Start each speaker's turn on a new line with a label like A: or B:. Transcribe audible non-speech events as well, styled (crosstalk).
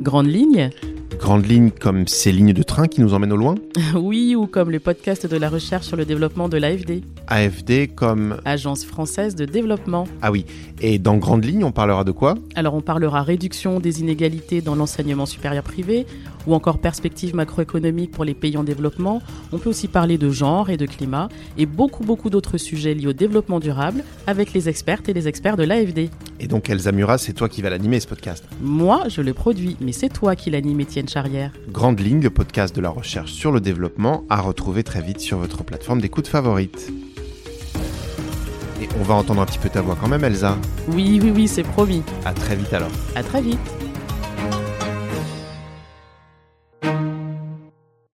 A: Grande ligne (laughs)
B: Grandes lignes comme ces lignes de train qui nous emmènent au loin,
A: Oui, ou comme le podcast de la recherche sur le développement de l'AFD,
B: AFD comme...
A: Agence française de développement.
B: Ah oui, et dans Grandes lignes, on parlera de quoi
A: Alors on parlera réduction des inégalités dans l'enseignement supérieur privé, ou encore perspectives macroéconomiques pour les pays en développement. On peut aussi parler de genre et de climat, et beaucoup beaucoup d'autres sujets liés au développement durable, avec les expertes et les experts de l'AFD.
B: Et donc Elsa Murat, c'est toi qui vas l'animer ce podcast.
A: Moi, je le produis, mais c'est toi qui l'anime, Étienne Charrière.
B: Grandes lignes, le podcast de la recherche sur le développement, à retrouver très vite sur votre plateforme d'écoute favorite. Et on va entendre un petit peu ta voix quand même Elsa.
A: Oui, oui, oui, c'est promis.
B: À très vite alors.
A: À très vite.